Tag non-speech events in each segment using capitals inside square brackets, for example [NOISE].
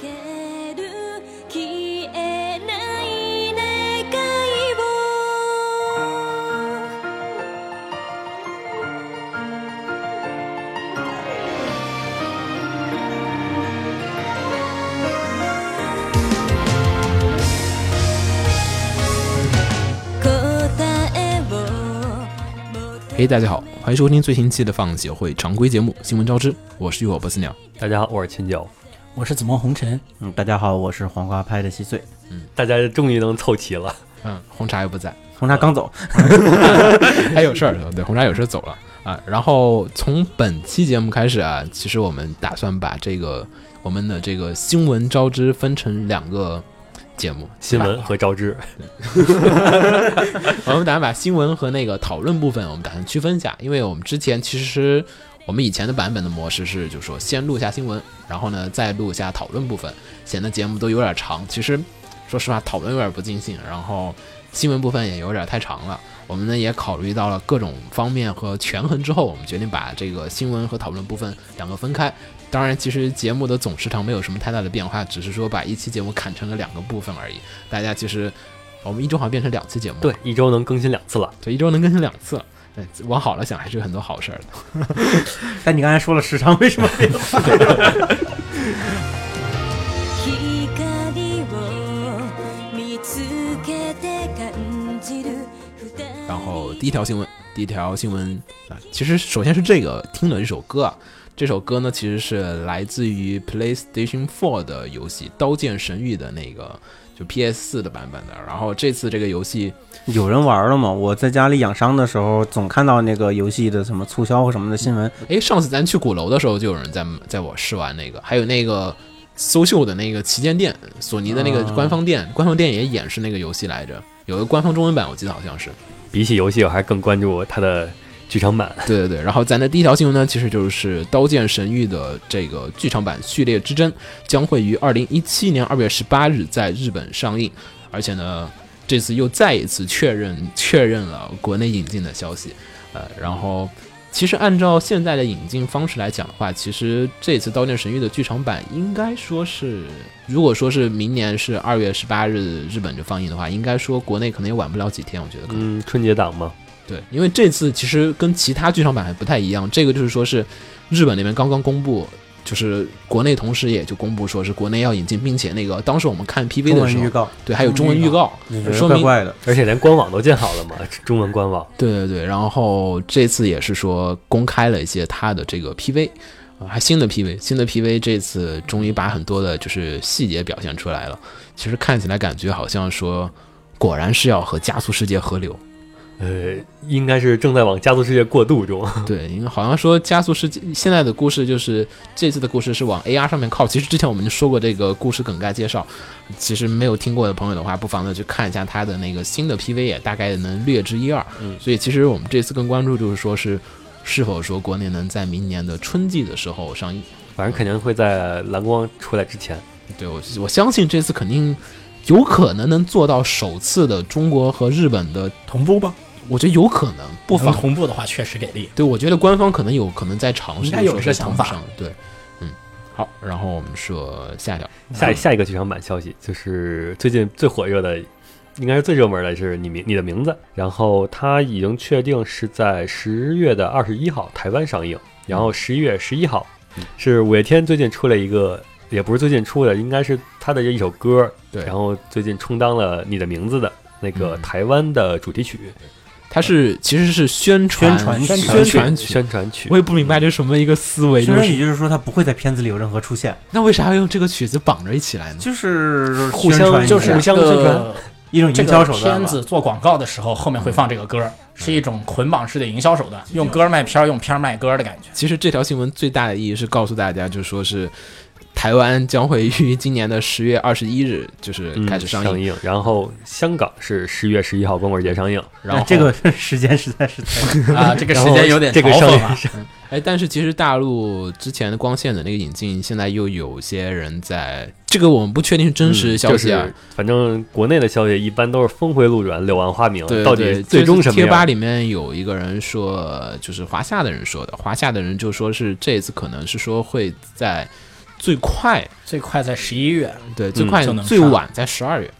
ける消えない願いを答えを求嘿、大家好，欢迎收听最新期的放协会常规节目《新闻招之》，我是浴火不死鸟。大家好，我是秦九。我是紫梦红尘，嗯，大家好，我是黄瓜派的稀碎，大家终于能凑齐了，嗯，红茶又不在， [LAUGHS] 红茶刚走， [LAUGHS] 还有事儿，对，红茶有事儿走了啊。然后从本期节目开始啊，其实我们打算把这个我们的这个新闻招之分成两个节目，新对吧闻和招之。 [LAUGHS] 我们打算把新闻和那个讨论部分，我们打算区分一下，因为我们之前其实我们以前的版本的模式是，就是说先录一下新闻，然后呢再录一下讨论部分，显得节目都有点长。其实说实话，讨论有点不尽兴，然后新闻部分也有点太长了。我们呢也考虑到了各种方面和权衡之后，我们决定把这个新闻和讨论部分两个分开。当然，其实节目的总时长没有什么太大的变化，只是说把一期节目砍成了两个部分而已。大家其实我们一周好像变成两期节 [LAUGHS] 目了，对，一周能更新两次了。对，一周能更新两次。对，往好了想，还是有很多好事儿的。但你刚才说了时长为什么 [LAUGHS] 没有？光を見つけて感じる然后第一条新闻，第一条新闻啊，其实首先是这个听了这首歌啊，这首歌呢其实是来自于 PlayStation 4的游戏《刀剑神域》的那个就 PS 4的版本的。然后这次这个游戏有人玩了吗？我在家里养伤的时候，总看到那个游戏的什么促销或什么的新闻，哎，上次咱去鼓楼的时候，就有人在在我试玩那个，还有那个搜秀的那个旗舰店，索尼的那个啊官方店，官方店也演示那个游戏来着，有个官方中文版，我记得好像是。比起游戏，我还更关注它的剧场版。对对对，然后咱的第一条新闻呢，其实就是《刀剑神域》的这个剧场版《序列之争》将会于二零一七年二月十八日在日本上映，而且呢，这次又再一次确认确认了国内引进的消息，呃，然后。其实按照现在的引进方式来讲的话，其实这次《刀剑神域》的剧场版应该说是，如果说是明年是二月十八日日本就放映的话，应该说国内可能也晚不了几天，我觉得可能。嗯，春节档嘛，对，因为这次其实跟其他剧场版还不太一样，这个就是说是日本那边刚刚公布，就是国内同时也就公布说是国内要引进，并且那个当时我们看 PV 中的文时预候，告，对，还有中文预告，你觉得说怪明怪的。而且连官网都建好了嘛，中文官网。对对对，然后这次也是说公开了一些他的这个 PV，啊，还新的 PV，新的 PV 这次终于把很多的就是细节表现出来了，其实看起来感觉好像说果然是要和加速世界合流。呃，应该是正在往加速世界过渡中。 [LAUGHS] 对，因为好像说加速世界现在的故事就是这次的故事是往 AR 上面靠。其实之前我们就说过这个故事梗概介绍，其实没有听过的朋友的话，不妨呢去看一下它的那个新的 PV，也大概能略知一二。嗯所以其实我们这次更关注就是说是是否说国内能在明年的春季的时候上映。反正肯定会在蓝光出来之前。对我我相信这次肯定有可能能做到首次的中国和日本的，同步吧，我觉得有可能，不不妨妨同步的话确实给力。对，我觉得官方可能有可能在尝试，应该有说这是想同法上。对，嗯，好，然后我们说下一条，嗯下下一个剧场版消息就是最近最火热的，应该是最热门的是你名你的名字。然后它已经确定是在十月的二十一号台湾上映，然后十一月十一号是五月天最近出了一个，也不是最近出的，应该是他的一首歌，对，然后最近充当了你的名字的那个嗯台湾的主题曲、它是其实是宣传宣宣宣传曲传曲。宣传曲我。也不明白这是什么一个思维，虽就然也是就是说，它不会在片子里有任何出现，那为啥要用这个曲子绑着一起来呢？就是互相宣传一下就是互相宣传呃一种这营销个手段片吧。子做广告的时候，后面会放这个歌，是一种捆绑式的营销手段， [LAUGHS] 用歌卖片儿，用片儿卖歌的感觉。其实这条新闻最大的意义是告诉大家，就是说是台湾将会于今年的十月二十一日就是嗯开始上映，上映，然后香港是十月十一号光棍节上映，然后这个时间实在是太……啊，这个时然后间有点这个嘲上讽映啊。哎，但是其实大陆之前的光线的那个引进，现在又有些人在这个我们不确定是真实消息嗯啊，就是反正国内的消息一般都是峰回路转、柳暗花明，对，到对底最终什么贴吧样？里面有一个人说，就是华夏的人说的，华夏的人就说是这一次可能是说会在最快，最快在十一月，对，最快、就能最上晚在十二月，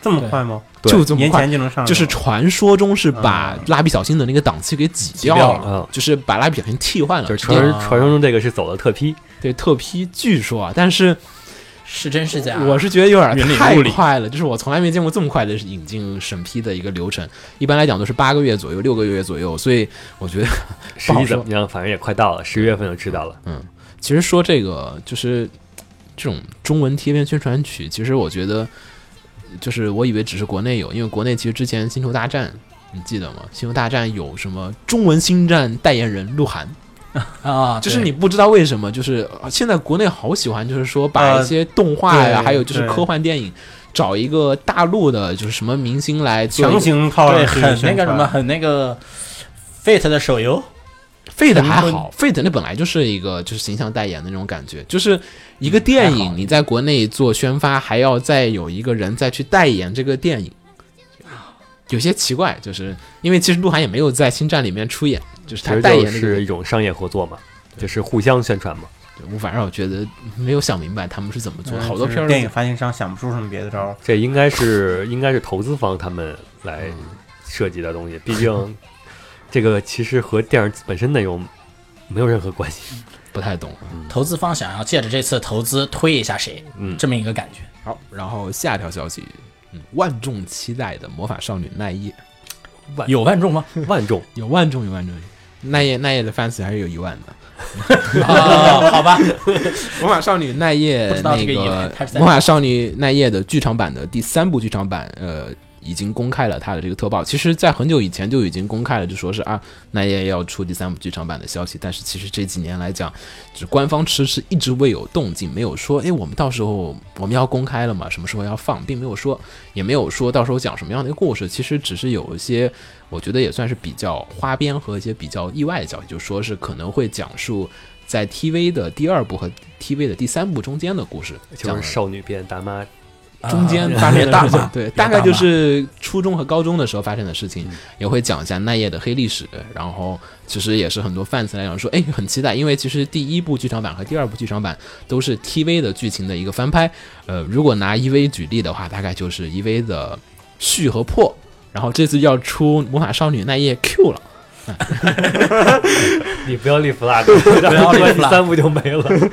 这么快吗？对就这么年快。前就能上了吗？就是传说中是把嗯蜡笔小新的那个档期给挤掉掉了，了嗯，就是把蜡笔小新替换了，就是直接传说传说中这个是走的特批，对特批。据说啊，但是是真是假？我是觉得有点云里太雾里快了，就是我从来没见过这么快的引进审批的一个流程。一般来讲都是八个月左右，六个月左右，所以我觉得实不好际怎说么样，反正也快到了，十月份就知道了。其实说这个就是这种中文贴片宣传曲，其实我觉得就是我以为只是国内有，因为国内其实之前《星球大战》，你记得吗？《星球大战》有什么中文星战代言人鹿晗，啊，就是对你不知道为什么，就是呃现在国内好喜欢，就是说把呃一些动画呀、对还有就是对科幻电影。找一个大陆的，就是什么明星来做一强个行套对上去很那宣个什传么，很那个 Fate 的手游， Fate 还成好，Fate 那本来就是一个就是形象代言的那种感觉，就是一个电还影好你在国内做宣发，还要再有一个人再去代言这个电影，有些奇怪，就是因为其实鹿晗也没有在《星战》里面出演，就是其他实代就言那是个，一种商业合作嘛，就是互相宣传嘛。我反正我觉得没有想明白他们是怎么做，嗯好多就是片儿都电影发行商想不出什么别的招儿。这应该是应该是投资方他们来设计的东 [LAUGHS] 西，毕竟这个其实和电影本身内容没有任何关系。不太懂。投资方想要借着这次投资推一下谁， [LAUGHS] 嗯这么一个感觉。好，然后下一条消息，嗯，万众期待的魔法少女奈叶，有万众吗？万众有万众有万众，奈叶奈叶的 fans 还是有一万的。 [LAUGHS] 啊，好吧，魔法少女奈叶不知道那这个意外它是在魔法少女奈叶的剧场版的第三部剧场版，呃，已经公开了它的这个特报。其实，在很久以前就已经公开了，就说是啊，奈叶要出第三部剧场版的消息。但是，其实这几年来讲，就是官方迟迟一直未有动静，没有说，哎，我们到时候我们要公开了嘛，什么时候要放，并没有说，也没有说到时候讲什么样的一个故事。其实，只是有一些。我觉得也算是比较花边和一些比较意外的消息，就说是可能会讲述在 TV 的第二部和 TV 的第三部中间的故事，就讲是少女变大妈，中间啊发生别的大事情骂，对，大嗯大概就骂是初中和高中的时候发生的事情，也会讲一下奈叶的黑历史。然后其实也是很多 fans 来讲说，哎，很期待，因为其实第一部剧场版和第二部剧场版都是 TV 的剧情的一个翻拍。呃，如果拿 EV 举例的话，大概就是 EV 的续和破。然后这次要出魔法少女奈叶 Q 了。你不要立 flag，不要立 flag 第三部就没了。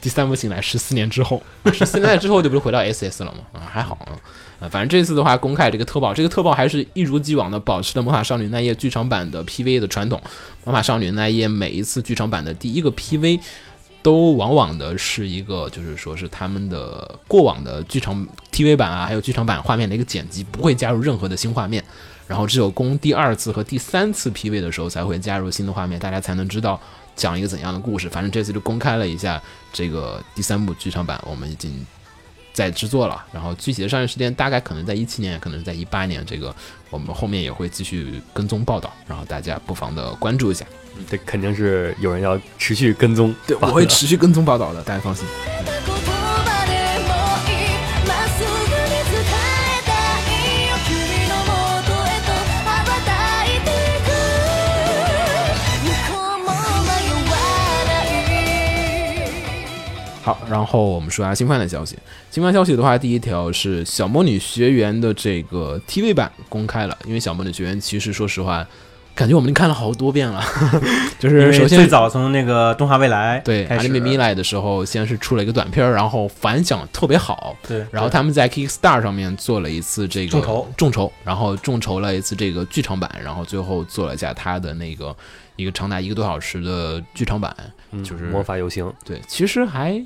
第三部醒来十四年之后， [LAUGHS] 十四年之后就不是回到 SS 了吗？啊，还好啊。呃，反正这次的话，公开这个特报，这个特报还是一如既往的保持了《魔法少女奈叶》剧场版的 PV 的传统。《魔法少女奈叶》每一次剧场版的第一个 PV，都往往的是一个，就是说是他们的过往的剧场 TV 版啊，还有剧场版画面的一个剪辑，不会加入任何的新画面。然后只有攻第二次和第三次 PV 的时候才会加入新的画面，大家才能知道讲一个怎样的故事。反正这次就公开了一下这个第三部剧场版，我们已经在制作了。然后具体的上映时间大概可能在一七年，可能在一八年，这个我们后面也会继续跟踪报道，然后大家不妨的关注一下。这肯定是有人要持续跟踪，我会持续跟踪报道的，大家放心。言葉でもいいまっすぐに伝えたいよ君のもとへと羽ばたいていく向こうも迷わない好，然后我们说一下新番的消息。新番消息的话，第一条是《小魔女学园》的这个 TV 版公开了，因为《小魔女学园》其实说实话，感觉我们看了好多遍了， [LAUGHS] 就因是首为先最早从那个《动画未来》对《开阿始丽米米来》的时候，先是出了一个短片儿，然后反响特别好，对，然后他们在 Kickstar 上面做了一次这个众筹，众筹，然后众筹了一次这个剧场版，然后最后做了一下它的那个一个长达一个多小时的剧场版，嗯就是魔法游行，对，其实还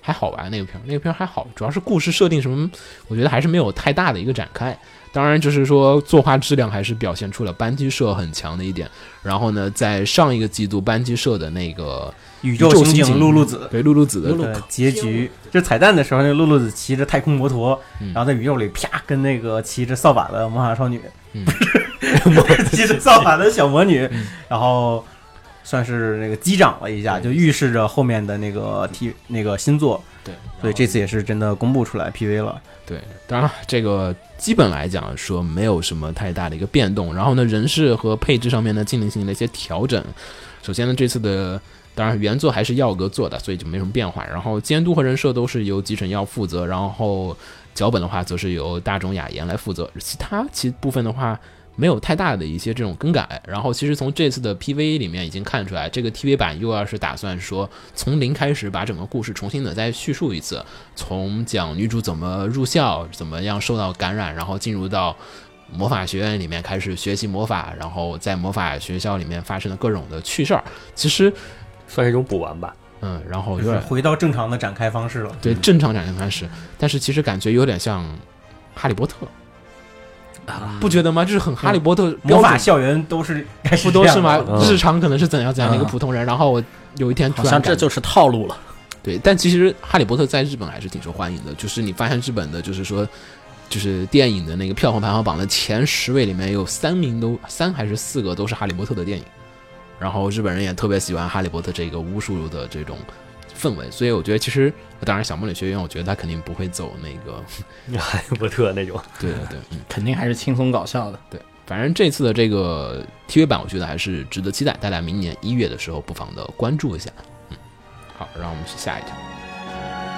还好玩那个片儿，那个片儿还好，主要是故事设定什么，我觉得还是没有太大的一个展开。当然，就是说作画质量还是表现出了班级社很强的一点。然后呢，在上一个季度班级社的那个宇宙宙刑刑警警露露子。对露露子的的结局，就是彩蛋的时候，那个露露子骑着太空摩托，嗯然后在宇宙里啪跟那个骑着扫把的魔法少女，嗯不是 [LAUGHS] 骑着扫把的小魔女，然后算是那个击掌了一下，就对预示着后面的那个 T 那个新作，对，所以这次也是真的公布出来 PV 了。对，当然了这个基本来讲说没有什么太大的一个变动。然后呢，人事和配置上面呢进行进行了一些调整。首先呢，这次的当然原作还是耀哥做的，所以就没什么变化。然后监督和人设都是由吉准耀负责，然后脚本的话则是由大冢雅彦来负责，其他其部分的话。没有太大的一些这种更改，然后其实从这次的 PV 里面已经看出来，这个 TV 版又要是打算说从零开始把整个故事重新的再叙述一次，从讲女主怎么入校，怎么样受到感染，然后进入到魔法学院里面开始学习魔法，然后在魔法学校里面发生的各种的趣事儿，其实算是一种补完 [LAUGHS] 吧。嗯，然后有就是点回到正常的展开方式了。对正常展现开始，但是其实感觉有点像哈利波特，不觉得吗？就是很哈利波特标魔法准校园都是 [LAUGHS] 开始不都这是样吗的？嗯日常可能是怎样怎样的一个嗯普通人，然后我有一天突好然像感这就是套路了。对，但其实《哈利波特》在日本还是挺受欢迎的，就是你发现日本的，就是说，就是电影的那个票房排行榜的前十位里面有三名都三还是四个都是《哈利波特》的电影，然后日本人也特别喜欢《哈利波特》这个巫术的这种氛围，所以我觉得其实当然小魔女学院，我觉得他肯定不会走那个，哈利波特那种，对对对，嗯。肯定还是轻松搞笑的。反正这次的这个 TV 版，我觉得还是值得期待，大家明年一月的时候不妨的关注一下。嗯，好，让我们去下一条。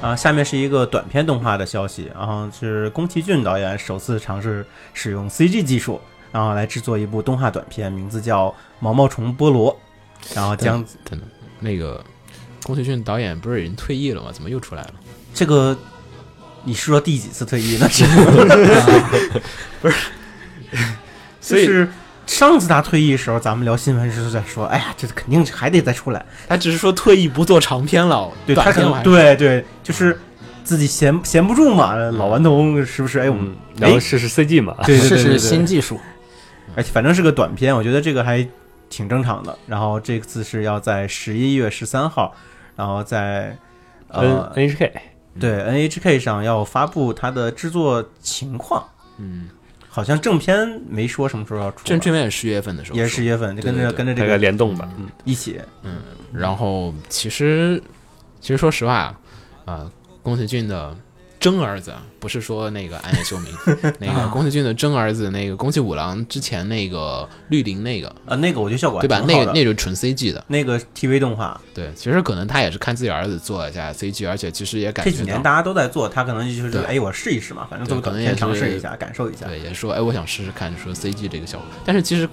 啊，下面是一个短片动画的消息，然后是宫崎骏导演首次尝试使用 CG 技术，然后来制作一部动画短片，名字叫《毛毛虫菠 [LAUGHS] 萝》，然后将等等，那个宫崎骏导演不是已经退役了吗？怎么又出来了？这个，你是说第几次退役 [LAUGHS] 呢？是，所以就是上次他退役的时候，咱们聊新闻时候在说，哎呀，这肯定还得再出来，他只是说退役不做长片了，对他短可片我还能对对，就是自己闲闲不住嘛，嗯老顽童是不是？哎，我们嗯，然后哎试试 CG 嘛，对对试对对试对新技术，而且反正是个短片，我觉得这个还挺正常的。然后这次是要在十一月十三号，然后在 N 呃 H K 对 NHK 上要发布它的制作情况，嗯，好像正片没说什么时候要出，正确面十月份的时候也是十出，月份，就跟对对着对跟着大这概个联动吧。嗯，一起。然后其实其实说实话啊、呃，宫崎骏的。真儿子啊不是说那个暗夜秀 [LAUGHS] 明，那个宫崎骏的真儿子，那个宫崎五郎之前那个绿林那个，呃，那个我觉得效果还对吧？挺那好个的那就是纯 CG 的，那个 TV 动画，对。其实可能他也是看自己儿子做一下 CG，而且其实也感这觉几到年大家都在做，他可能就是对哎，我试一试嘛，反正对做个可短能也片尝是试一下，感受一下。对，也说哎，我想试试看，说 CG 这个效果。但是其实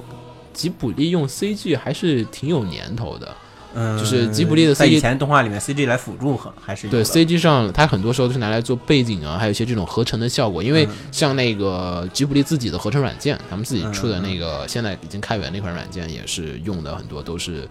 吉卜力用 CG 还是挺有年头的，嗯，就是吉卜力的在 CG 以前动画里面 CG 来辅助很还是有对的 CG 上，它很多时候都是拿来做背景啊，还有一些这种合成的效果。因嗯为像那个吉卜力自己的合成软件，他们自己嗯出的那个现在已经开源那款软件，也是用的很多都是。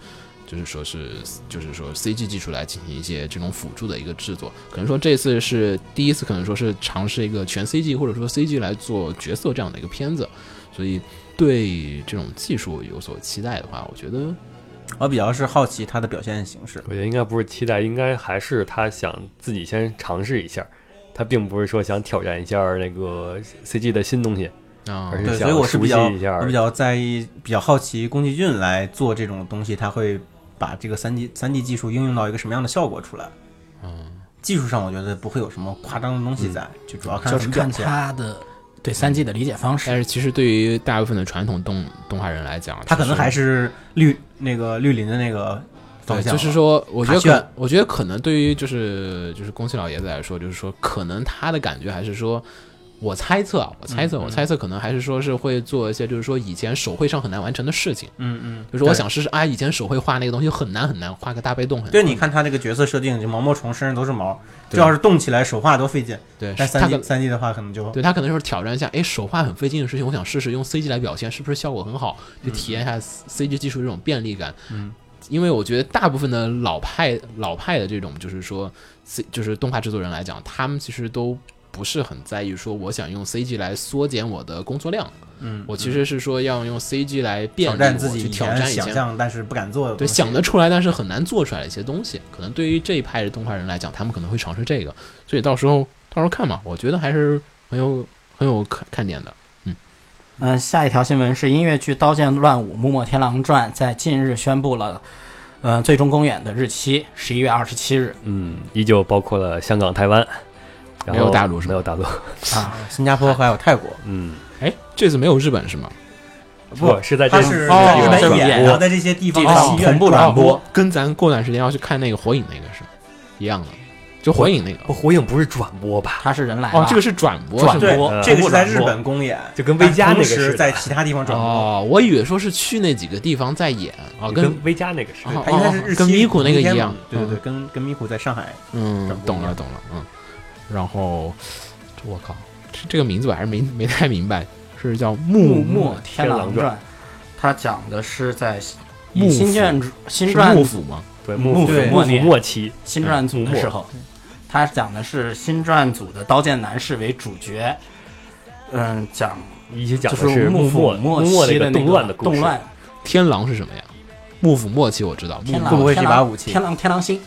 就是说是，就是说 CG 技术来进行一些这种辅助的一个制作，可能说这次是第一次，可能说是尝试一个全 CG 或者说 CG 来做角色这样的一个片子，所以对这种技术有所期待的话，我觉得我比较是好奇它的表现形式。我觉得应该不是期待，应该还是他想自己先尝试一下。他并不是说想挑战一下那个 CG 的新东西，啊、而且对，想所以我是比较熟悉一下我比较在意、比较好奇宫崎骏来做这种东西，他会把这个三 D 三 D 技术应用到一个什么样的效果出来？嗯，技术上我觉得不会有什么夸张的东西在，就主要啊看就什是么表看现。他的对三 G 的理解方式但。是其实对于大部分的传统动动画人来讲，他可能还是是绿那个绿林的那个方对，向就吧，是说，我觉得卡炫可，我觉得可能对于就是就是宫崎老爷子来说，就是说，可能他的感觉还是说，我猜测啊，我猜测，嗯嗯我猜测可能还是说是会做一些，就是说以前手绘上很难完成的事情。嗯嗯，就是我对想试试啊，以前手绘画那个东西很难很难，画个大背洞很难。对，你看他这个角色设定，就毛毛虫身上都是毛，对这要是动起来手画多费劲。对，但他三可 D 三 D 的话，可能就对他可能就是挑战一下，哎，手画很费劲的事情，我想试试用 CG 来表现，是不是效果很好？就体验一下 CG 技术这种便利感。嗯，因为我觉得大部分的老派老派的这种就是说 C 就是动画制作人来讲，他们其实都不是很在意说我想用 CG 来缩减我的工作量，嗯，我其实是说要用 CG 来便挑利战自我己去以挑前战一想些象但是不敢做的对，东西想得出来，但是很难做出来的一些东西，可能对于这一派的动画人来讲，他们可能会尝试这个，所以到时候到时候看吧，我觉得还是很有很有看看点的。嗯、下一条新闻是音乐剧《刀剑乱舞：幕末天狼传》在近日宣布了，呃，最终公演的日期十一月二十七日嗯，依旧包括了香港、台湾，然后没有大陆是吧没有大陆，啊。新加坡还有泰国，嗯，哎，这次没有日本是吗？不，是在这他个是这在个日地方转本演，播然后在这些地方的哦戏院同步转播哦，跟咱过段时间要去看那个火影那个是一样的，就火影那个不，火影不是转播吧？他是人来了，哦，这个是转播转是对吗？播，嗯这个是在日本公演，就跟微加那但个同似时的啊在其他地方转播，哦，我以为说是去那几个地方在演哦，跟跟微加那个是，哦它应该是日期跟咪咕那个一样同天嘛对对对，跟跟咪咕在上海，嗯转播，懂一了样懂了，嗯。然后这我靠，这这个名字我还是没没太明白，是叫幕木末天狼传》，它讲的是在以新卷新是传幕府吗？对幕幕府对末幕年末期，新传组的时候，他讲的是新传组的刀剑男士为主角，嗯，讲一起讲就的是幕幕府末末幕末期那的个那动乱的个故事，动乱天狼是什么呀？幕府末期我知道，幕天嗯狼会不会是一把天狼武器天狼天狼星，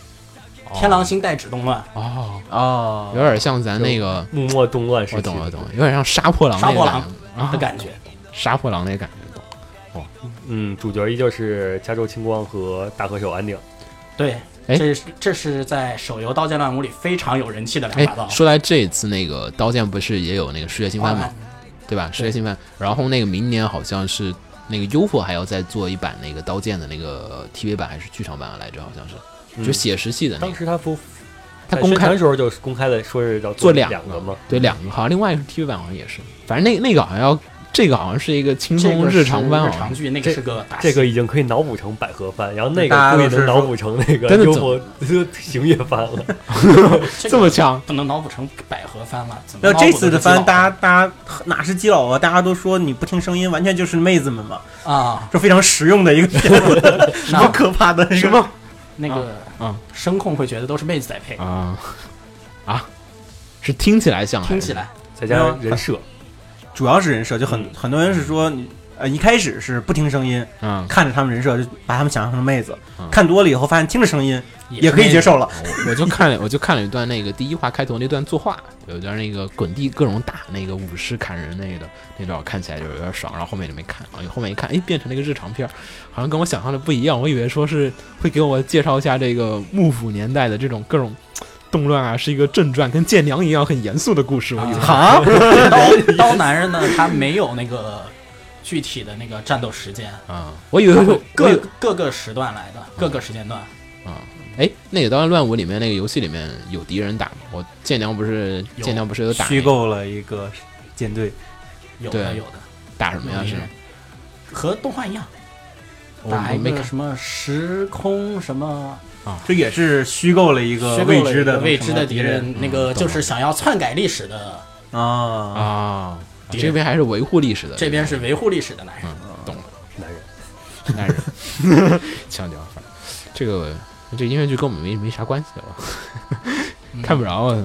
天狼星代指啊动乱，哦，哦有点像咱那个，幕末动乱时期，我懂了懂了，有点像杀破狼那杀破个狼感觉啊的感觉。杀破狼那个感觉，懂。嗯，主角依旧是加州青光和大河手安定。对，哎这是这是在手游《刀剑乱舞》里非常有人气的两把刀哎，。说来这一次那个刀剑不是也有那个世界新番吗？对吧？世界新番，然后那个明年好像是那个优酷还要再做一版那个刀剑的那个 TV 版还是剧场版来着？好像是，就写实系的那当个，时他不，他在公宣传开的嗯时候就是公开的说是要做两两个嘛，对两个，好像另外一个是 TV 版好像也是，反正那那个好像要这个好像是一个轻这个松是日常番啊好日像常是。剧，那个是个打戏这个已经可以脑补成百合番，然后那大个估家都计能是脑补成那个真的幽怎默 [LAUGHS] 行月番了。 [LAUGHS] 这这个么强，不能脑补成百合番了。怎么那脑补这次的都是基番，佬大家大家哪是基佬啊？大家都说你不听声音，完全就是妹子们嘛，啊，这非常实用的一个片子，什么可怕的什么？那个啊声控会觉得都是妹子在配，啊啊，是听起来像还是听起来再加上人设，主要是人设，就很、嗯很多人是说你。呃，一开始是不听声音，嗯，看着他们人设就把他们想象成妹子，嗯看多了以后发现听着声音也是可以接妹子。受了。哦我我就看了，我就看了一段那个第一话开头那段作画，有一段那个滚地各种打那个武士砍人那个那段，我看起来就有点爽，然后后面就没看，然后后面一看，哎，变成了一个日常片儿，好像跟我想象的不一样，我以为说是会给我介绍一下这个幕府年代的这种各种动乱啊，是一个正传，跟建良一样很严肃的故事，我以为。啊，[LAUGHS] [LAUGHS] 刀刀男人呢，他没有那个具体的那个战斗 [LAUGHS] 时间，啊，我以为他会会我以各为各个时段来的，各个时间段啊，哎，那个《刀剑乱舞》里面那个游戏里面有敌人打吗？我建良不是有建良不是有打那虚个构了一个舰队，有的对有的，打什么呀？是和动画一样，我打我一没个看什么时空什么这也是虚构了一个虚构未了知一个的未知的敌敌人，那个嗯就懂是了想要篡改历史的，啊。啊，敌这人边还是维护历史的，嗯这边是维护历史的男啊人。懂了，男人男人 [LAUGHS] 强调，反正这个这音乐剧跟我们没没啥关系了，嗯看不着 [LAUGHS] 啊。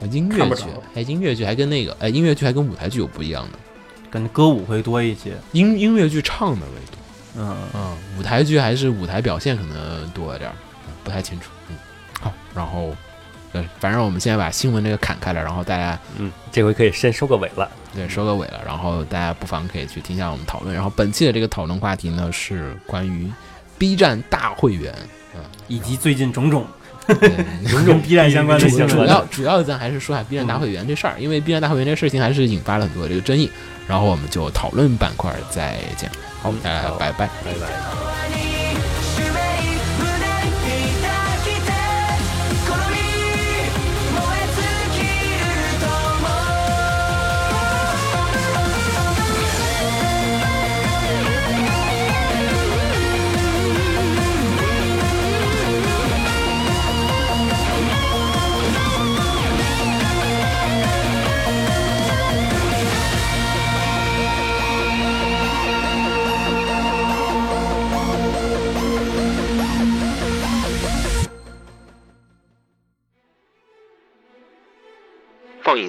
啊音乐看不剧着，哎，音乐剧还跟那个，哎，音乐剧还跟舞台剧有不一样的，跟歌舞会多一些，音音乐剧唱的维度，嗯，嗯，舞台剧还是舞台表现可能多一点儿，嗯不太清楚，嗯，好，然后，对，反正我们现在把新闻这个砍开了，然后大家嗯，这回可以先收个尾了。对，收个尾了，然后大家不妨可以去听一下我们讨论。然后本期的这个讨论话题呢是关于 B 站大会 [LAUGHS] 员，以及最近种种对种种 B 站相关的种新种主闻，要主要咱还是说下 B 站大会员这事儿，因为 B 站大会员这事情还是引发了很多这个争议。然后我们就讨论板块再见，好，大家好拜拜。拜拜。 「この身燃え尽きると思う」放映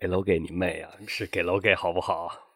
给楼给你妹啊！是给楼给好不好？